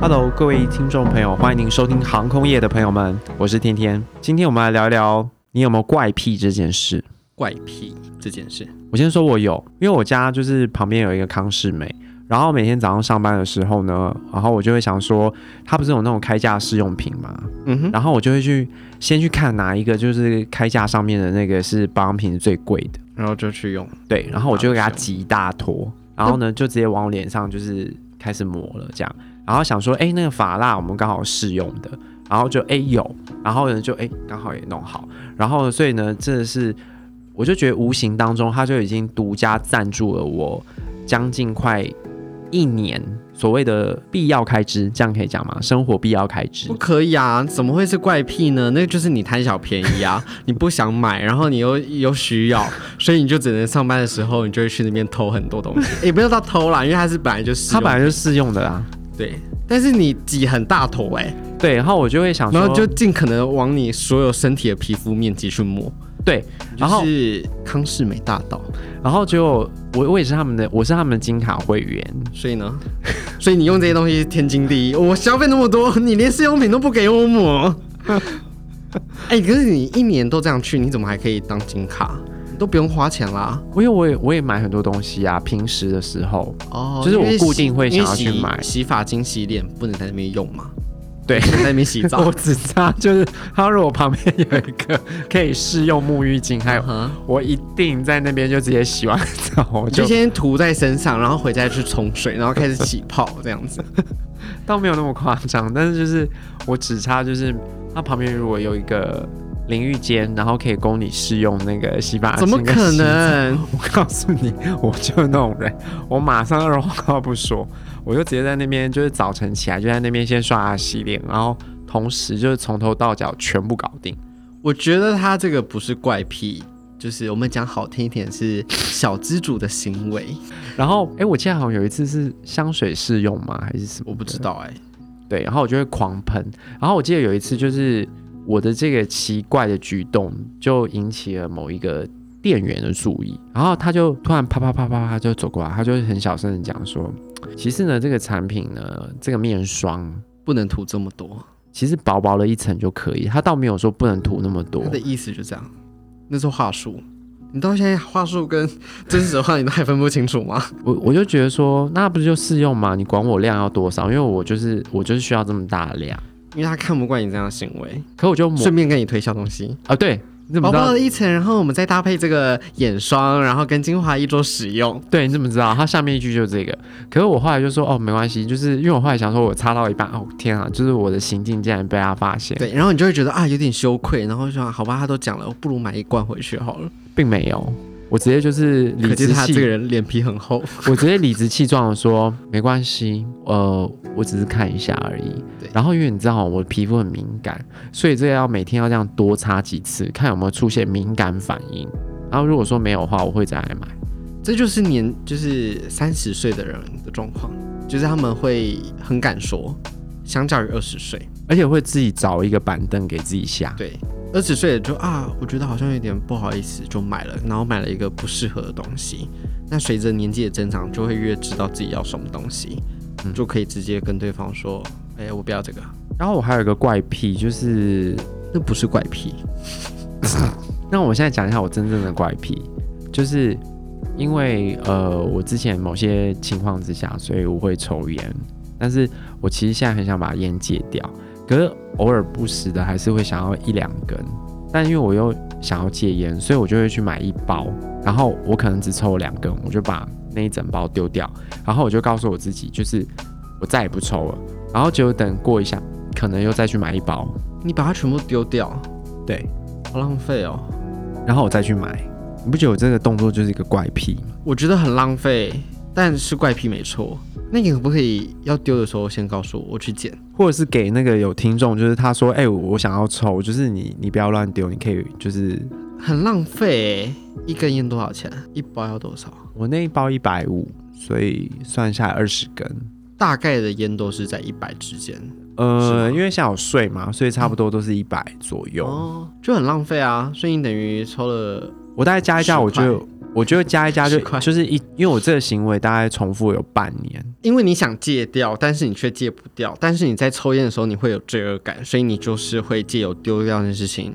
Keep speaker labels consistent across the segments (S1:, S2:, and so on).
S1: Hello，各位听众朋友，欢迎您收听航空业的朋友们，我是天天。今天我们来聊聊你有没有怪癖这件事。
S2: 怪癖这件事。
S1: 我先说我有，因为我家就是旁边有一个康世美，然后每天早上上班的时候呢，然后我就会想说，它不是有那种开架试用品吗？
S2: 嗯哼，
S1: 然后我就会去先去看哪一个就是开架上面的那个是保养品是最贵的，
S2: 然后就去用，
S1: 对，然后我就会给它
S2: 好凶
S1: 挤一大坨，然后呢就直接往我脸上就是开始抹了这样，然后想说，哎，那个发蜡我们刚好试用的，然后就哎有，然后呢就哎刚好也弄好，然后所以呢真的是，我就觉得无形当中他就已经独家赞助了我将近快一年所谓的必要开支，这样可以讲吗？生活必要开支
S2: 不，可以啊！怎么会是怪癖呢？那就是你贪小便宜 啊，你不想买，然后你又又需要，所以你就只能上班的时候，你就会去那边偷很多 东西。也不用到偷啦，因为它是本来就是
S1: 他本来就试用的啦。
S2: 对，但是你挤很大坨哎、
S1: 对，然后我就会想说，
S2: 然后就尽可能往你所有身体的皮肤面积去抹，
S1: 对，然后
S2: 就是康世美大道。
S1: 然后结果我我也是他们的，我是他们的金卡会员，
S2: 所以呢， 所以你用这些东西是天经地义。我消费那么多，你连试用品都不给我抹。 哎、可是你一年都这样去，你怎么还可以当金卡？你都不用花钱啦。
S1: 因为我也我也买很多东西啊，平时的时候，
S2: 哦
S1: 就是我固定会想要去买
S2: 洗发精、洗脸，不能在那边用嘛。
S1: 对
S2: 不能在那边洗澡
S1: 我。只差就是他如果旁边有一个 可以试用沐浴巾， 还有
S2: 嗯
S1: 我一定在那边就直接洗完澡，我
S2: 你就
S1: 就
S2: 先涂在身上，然后回家去冲水，然后开始起泡这样子。
S1: 倒没有那么夸张，但是就是我只差就是它旁边如果有一个淋浴间，然后可以供你试用那个洗发
S2: 怎么
S1: 精跟
S2: 可
S1: 啊洗澡
S2: 能？
S1: 我告诉你，我就是那种人，我马上二话不说，我就直接在那边，就是早晨起来就在那边先刷牙洗脸，然后同时就是从头到脚全部搞定。
S2: 我觉得他这个不是怪癖，就是我们讲好听一点是小资主的行为。
S1: 然后，哎，我记得好像有一次是香水试用吗？还是什么？
S2: 我不知。道哎、
S1: 对，然后我就会狂喷。然后我记得有一次就是我的这个奇怪的举动，就引起了某一个店员的注意，然后他就突然啪啪啪啪啪就走过来，他就很小声的讲说：“其实呢，这个产品呢，这个面霜。”
S2: 不能涂这么多。
S1: 其实薄薄的一层就可以，他倒没有说不能涂那么多
S2: 他。的意思就这样，那是话术。你到现在话术跟 真实的话，你都还分不清楚吗？
S1: 我我就觉得说，那不是就试用嘛？你管我量要多少？因为我就是我就是需要这么大量。
S2: 因为他看不惯你这样的行为，
S1: 可我就抹
S2: 顺便跟你推销东西，
S1: 啊，对，你怎么
S2: 薄
S1: 知
S2: 薄
S1: 道？
S2: 的一层，然后我们再搭配这个眼霜，然后跟精华一做使用。
S1: 对，你怎么知道？他下面一句就是这个。可是我后来就说，哦，没关系，就是因为我后来想说，我擦到一半，哦天啊，就是我的行径竟然被他发现，
S2: 对，然后你就会觉得啊有点羞愧，然后就啊想好吧，他都讲了，我不如买一罐回去好了。
S1: 并没有。我直接就是理
S2: 可
S1: 直
S2: 见他
S1: 气，
S2: 这个人脸皮很厚。
S1: 我直接理直气壮的说，没关系，呃，我只是看一下而已
S2: 对。
S1: 然后因为你知道我皮肤很敏感，所以这个要每天要这样多擦几次，看有没有出现敏感反应。然后如果说没有的话，我会再来买。
S2: 这就是年就是三十岁的人的状况，就是他们会很敢说，相较于二十岁。
S1: 而且会自己找一个板凳给自己下。
S2: 对，二十岁就啊，我觉得好像有点不好意思，就买了，然后买了一个不适合的东西。那随着年纪的增长，就会越知道自己要什么东西，就可以直接跟对方说：“哎、我不要这个。
S1: 然后我还有一个怪癖，就是”
S2: 那不是怪癖，
S1: 那我现在讲一下我真正的怪癖，就是因为呃，我之前某些情况之下，所以我会抽烟，但是我其实现在很想把烟戒掉，可是偶尔不时的还是会想要一两根，但因为我又想要戒烟，所以我就会去买一包，然后我可能只抽两根，我就把那一整包丢掉，然后我就告诉我自己，就是我再也不抽了，然后结果等过一下，可能又再去买一包，
S2: 你把它全部丢掉，
S1: 对，
S2: 好浪费哦。
S1: 然后我再去买。你不觉得我这个动作就是一个怪癖吗？
S2: 我觉得很浪费，但是怪癖没错。那你可不可以要丢的时候先告诉我，我去捡？
S1: 或者是给那个有听众，就是他说，哎、我我想要抽，就是你你不要乱丢，你可以就是
S2: 很浪费、欸一根烟多少钱？一包要多少？
S1: 我那一包一百五，所以算下来二十根，
S2: 大概的烟都是在一百之间。是吗
S1: 呃，因为现在有税嘛，所以差不多都是一百左右。
S2: 哦，就很浪费啊！所以你等于抽了，
S1: 我大概加一加，
S2: 10
S1: 我就我就加一加就
S2: 10块
S1: 就是一，因为我这个行为大概重复有半年，
S2: 哎、因为你想戒掉，但是你却戒不掉，但是你在抽烟的时候你会有罪恶感，所以你就是会借由丢掉这件事情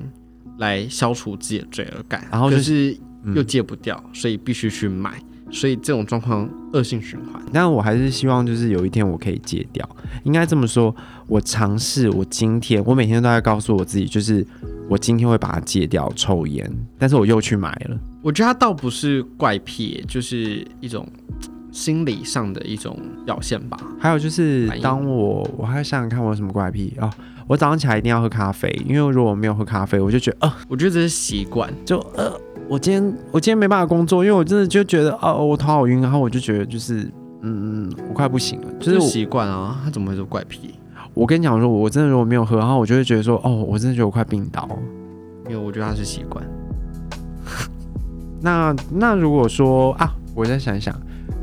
S2: 来消除自己的罪恶感，
S1: 然后就嗯
S2: 就是是又戒不掉，所以必须去买，所以这种状况恶性循环。
S1: 但我还是希望就是有一天我可以戒掉。应该这么说，我尝试，我今天，我每天都在告诉我自己，就是我今天会把它戒掉抽烟，但是我又去买了。
S2: 我觉得它倒不是怪癖，就是一种嘖心理上的一种表现吧。
S1: 还有就是
S2: 反，应
S1: 当我我还想想看我有什么怪癖哦，我早上起来一定要喝咖啡，因为如果我没有喝咖啡，我就觉得呃，
S2: 我觉得这是习惯，
S1: 就呃，我今天我今天没办法工作，因为我真的就觉得哦、我头好晕，然后我就觉得就是嗯嗯，我快不行了，就是
S2: 这是
S1: 我
S2: 习惯啊，它怎么会是怪癖？
S1: 我跟你讲说，我真的如果没有喝，然后我就会觉得说哦，我真的觉得我快病倒了。
S2: 因为我觉得它是习惯。
S1: 那那如果说啊，我再想一想，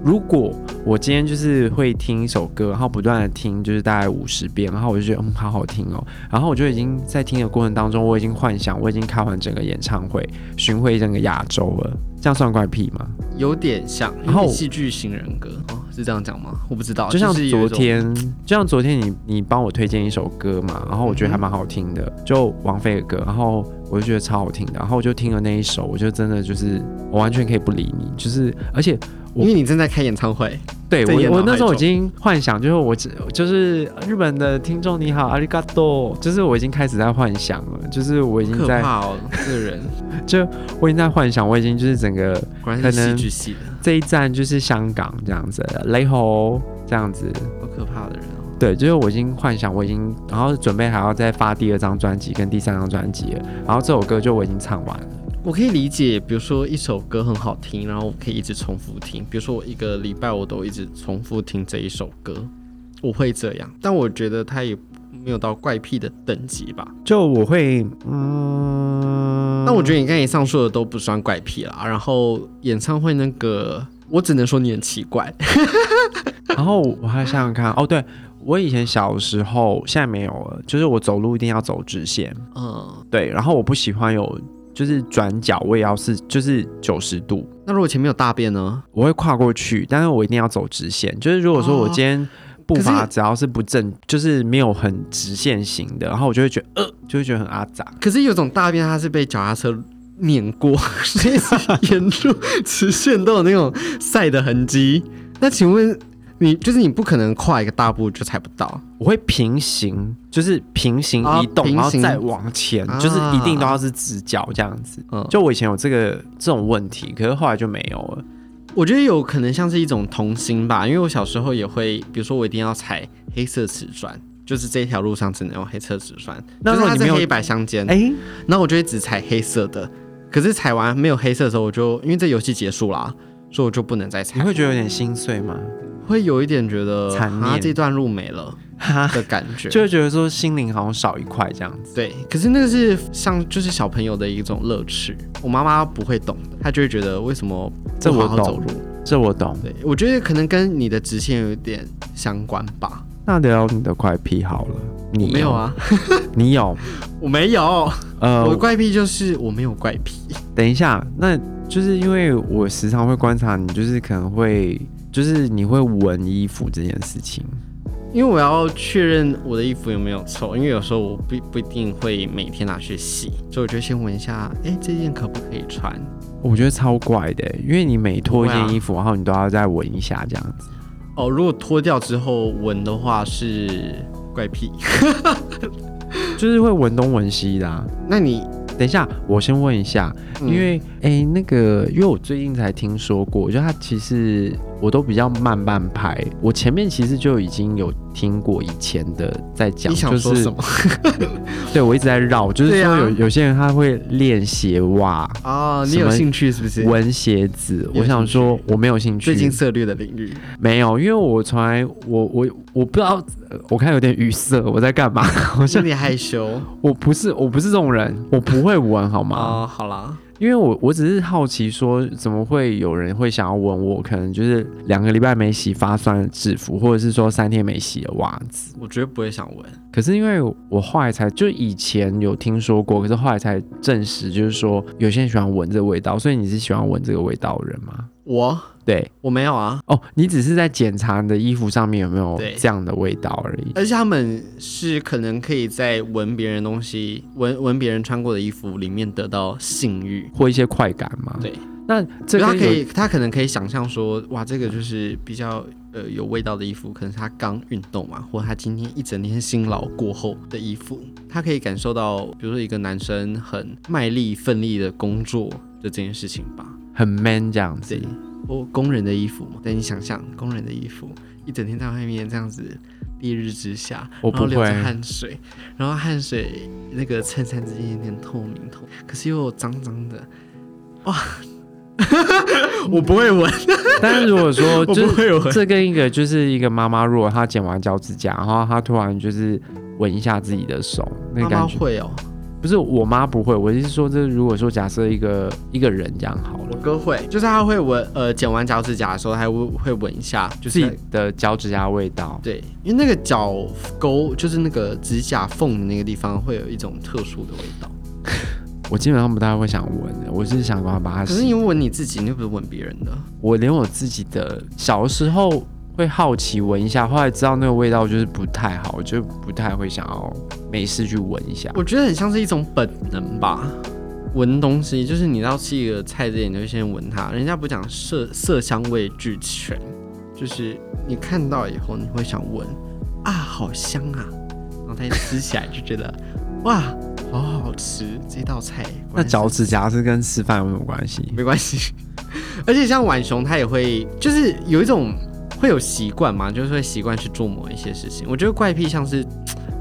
S1: 如果我今天就是会听一首歌，然后不断的听，就是大概五十遍，然后我就觉得嗯，好好听哦，然后我就已经在听的过程当中，我已经幻想我已经看完整个演唱会，巡回整个亚洲了，这样算怪癖吗？
S2: 有点像，有
S1: 然后
S2: 点戏剧型人格哦，是这样讲吗？我不知道，
S1: 就像
S2: 哦是有一
S1: 昨
S2: 种，
S1: 天，就像昨天你你帮我推荐一首歌嘛，然后我觉得还蛮好听
S2: 嗯
S1: 的，就王菲的歌，然后我就觉得超好听的，然后我就听了那一首，我就真的就是我完全可以不理你，就是而且我
S2: 因为你正在开演唱会，
S1: 对
S2: 在你的
S1: 我，我
S2: 脑
S1: 那
S2: 海
S1: 时候已
S2: 中
S1: 经幻想，就是我只就是日本的听众你好，阿里嘎多，就是我已经开始在幻想了，就是我已
S2: 好
S1: 经
S2: 可
S1: 在，
S2: 怕哦，这 个人
S1: 我已经在幻想，我已经就是整个
S2: 果然
S1: 可
S2: 是
S1: 能
S2: 戏剧系的，
S1: 这一站就是香港这样子，雷猴这样子，
S2: 好可怕的人哦。
S1: 对，就是我已经幻想，我已经然后准备还要再发第二张专辑跟第三张专辑了，然后这首歌就我已经唱完了，
S2: 我可以理解，比如说一首歌很好听，然后我可以一直重复听，比如说我一个礼拜我都一直重复听这一首歌，我会这样，但我觉得他也没有到怪癖的等级吧。
S1: 就我会嗯，
S2: 那我觉得你刚才上述的都不算怪癖啦，然后演唱会那个，我只能说你很奇怪，
S1: 然后我还想想看，哦，对我以前小时候，现在没有了，就是我走路一定要走直线，
S2: 嗯。
S1: 对，然后我不喜欢有就是转角，我也要是就是九十度，
S2: 那如果前面有大便呢？
S1: 我会跨过去，但是我一定要走直线，就是如果说我今天。步伐
S2: 哦可是
S1: 只要是不正，就是没有很直线型的，然后我就会觉得呃，就会觉得很阿杂。
S2: 可是有种大便，它是被脚踏车碾过， 所以是沿路直线都有那种晒的痕迹。那请问你，就是你不可能跨一个大步就踩不到，
S1: 我会平行，就是平行
S2: 啊
S1: 移动，
S2: 平
S1: 然后
S2: 行
S1: 再往前，
S2: 啊
S1: 就是一定都要是直角这样子。
S2: 嗯，就
S1: 就我以前有这个这种问题，可是后来就没有了。
S2: 我觉得有可能像是一种童心吧，因为我小时候也会，比如说我一定要踩黑色瓷砖，就是这条路上只能用黑色瓷砖，
S1: 那
S2: 就是
S1: 如果
S2: 它
S1: 你
S2: 在
S1: 没有
S2: 黑白相间，
S1: 哎、
S2: 那我就会只踩黑色的。可是踩完没有黑色的时候，我就因为这游戏结束啦，所以我就不能再踩
S1: 你。会觉得有点心碎吗？
S2: 会有一点觉得
S1: 残
S2: 啊，
S1: 念
S2: 这段路没了
S1: 哈，
S2: 的感觉。
S1: 就会觉得说心灵好像少一块这样子。
S2: 对，可是那个是像就是小朋友的一种乐趣，我妈妈不会懂的，她就会觉得为什么
S1: 这
S2: 不
S1: 我
S2: 好好走
S1: 懂
S2: 路？，
S1: 这我懂。
S2: 对，我觉得可能跟你的直线有点相关吧。
S1: 那聊聊你的怪癖好了，你
S2: 没有？啊，
S1: 你有？
S2: 我没有，
S1: 呃
S2: 我，的怪癖就是我没有怪癖。
S1: 等一下，那就是因为我时常会观察你，就是可能会，就是你会闻衣服这件事情。
S2: 因为我要确认我的衣服有没有臭，因为有时候我不不一定会每天拿去洗，所以我就先闻一下，哎，这件可不可以穿？
S1: 我觉得超怪的，因为你每脱一
S2: 不
S1: 件
S2: 会啊
S1: 衣服，然后你都要再闻一下这样子。
S2: 哦，如果脱掉之后闻的话是怪癖。
S1: 就是会闻东闻西的、啊。
S2: 那你嗯
S1: 等一下，我先问一下，因为诶那个，因为我最近才听说过，就他其实我都比较慢半拍，我前面其实就已经有听过以前的在讲，
S2: 你想
S1: 就
S2: 说
S1: 是
S2: 什么？
S1: 对我一直在绕，就是
S2: 对
S1: 说
S2: 啊
S1: 有、有些人他会练鞋袜、
S2: 啊，
S1: 什
S2: 你有
S1: 么
S2: 兴趣是不是？
S1: 闻鞋子，
S2: 有
S1: 我想
S2: 兴趣
S1: 说我没有兴趣，
S2: 最近涉猎的领域，
S1: 没有，因为我从来我我我不知道，呃我看有点语塞，我在干嘛？
S2: 我有点害羞
S1: 我不是我不是这种人，我不会闻好吗？
S2: 啊。好啦，
S1: 因为我我只是好奇说，怎么会有人会想要闻我可能就是两个礼拜没洗发酸的制服，或者是说三天没洗的袜子？
S2: 我绝对不会想闻。
S1: 可是因为我后来才就以前有听说过，可是后来才证实，就是说有些人喜欢闻这个味道，所以你是喜欢闻这个味道的人吗？
S2: 我
S1: 对，
S2: 我没有啊，
S1: 哦，你只是在检查你的衣服上面有没有
S2: 对
S1: 这样的味道而已。
S2: 而且他们是可能可以在闻别人东西、闻闻别人穿过的衣服里面得到性欲。
S1: 或一些快感嘛。
S2: 对，
S1: 那这
S2: 就
S1: 个
S2: 他可以，他可能可以想象说，哇，这个就是比较呃有味道的衣服，可能是他刚运动嘛，或他今天一整天辛劳过后的衣服，他可以感受到，比如说一个男生很卖力、奋力的工作的这件事情吧。
S1: 很 man 这样子
S2: 对，，哦，工人的衣服嘛，对你想象工人的衣服，一整天在外面这样子烈日之下，
S1: 我
S2: 然后
S1: 不
S2: 流着
S1: 会
S2: 汗水，然后汗水那个衬衫之间有点透明透，可是又脏脏的， 哇！我不会闻，
S1: 但是如果说
S2: 我
S1: 就是
S2: 不会闻。
S1: 这跟一个就是一个妈妈，如果她剪完脚趾甲，然后她突然就是闻一下自己的手，那
S2: 妈
S1: 感
S2: 妈
S1: 觉
S2: 会哦，
S1: 不是我妈不会，我是说这如果说假设一个一个人这样好
S2: 我
S1: 了，
S2: 哥会，就是他会闻，呃，剪完脚趾甲的时候，他还会会闻一下，就
S1: 自
S2: 是
S1: 己的脚趾甲味道，
S2: 对，因为那个脚沟，就是那个指甲缝的那个地方，会有一种特殊的味道。
S1: 我基本上不太会想闻的，我是想办法把它
S2: 可是
S1: 洗。
S2: 你闻你自己，你又不是闻别人的。
S1: 我连我自己的小时候会好奇闻一下，后来知道那个味道就是不太好，我就不太会想要没事去闻一下。
S2: 我觉得很像是一种本能吧。闻东西就是你要吃一个菜之前，你就先闻它。人家不讲色色香味俱全，就是你看到以后你会想闻啊，好香啊，然后它一吃起来就觉得哇，好好吃这道菜。
S1: 那
S2: 果然是
S1: 脚趾甲是跟吃饭有什么关系？
S2: 没关系。而且像浣熊，它也会就是有一种会有习惯嘛，就是会习惯去做某一些事情。我觉得怪癖像是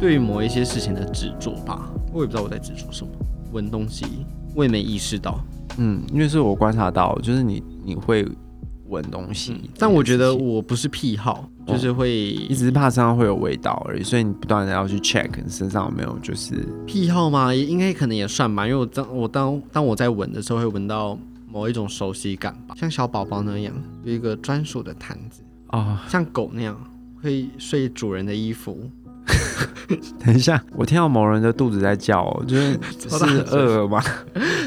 S2: 对于某一些事情的执着吧，我也不知道我在执着什么，闻东西我也没意识到。
S1: 嗯，因为是我观察到，就是你你会闻东西、
S2: 嗯但我觉得
S1: 这件事情
S2: 我不是癖好，就是
S1: 你
S2: 会
S1: 只是怕身上会有味道而已，所以你不断的要去 check 你身上有没有就是
S2: 癖好嘛，也应该可能也算吧，因为我当我当当我在闻的时候会闻到某一种熟悉感吧，像小宝宝那样有一个专属的毯子，
S1: 啊、
S2: 像狗那样会睡主人的衣服，
S1: 等一下，我听到某人的肚子在叫哦，就是
S2: 超大
S1: 是饿了吗？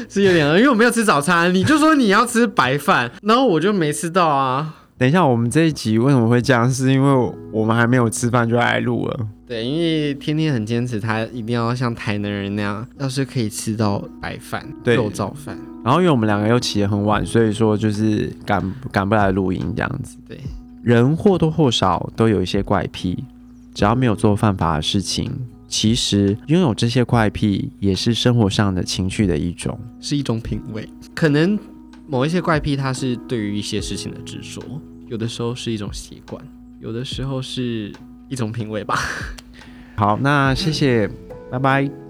S2: 是有点饿，因为我没有吃早餐。你就说你要吃白饭，然后我就没吃到啊。
S1: 等一下，我们这一集为什么会这样？是因为我们还没有吃饭就来录了。
S2: 对，因为天天很坚持，他一定要像台南人那样，要是可以吃到白饭、
S1: 对
S2: 肉燥饭，
S1: 然后因为我们两个又起得很晚，所以说就是赶赶不来录音这样子。
S2: 对，
S1: 人或多或少都有一些怪癖，只要没有做犯法的事情，其实拥有这些怪癖也是生活上的情趣的一种。
S2: 是一种品味。可能某一些怪癖，它是对于一些事情的执着，有的时候是一种习惯，有的时候是一种品味吧。
S1: 好，那谢谢，拜拜。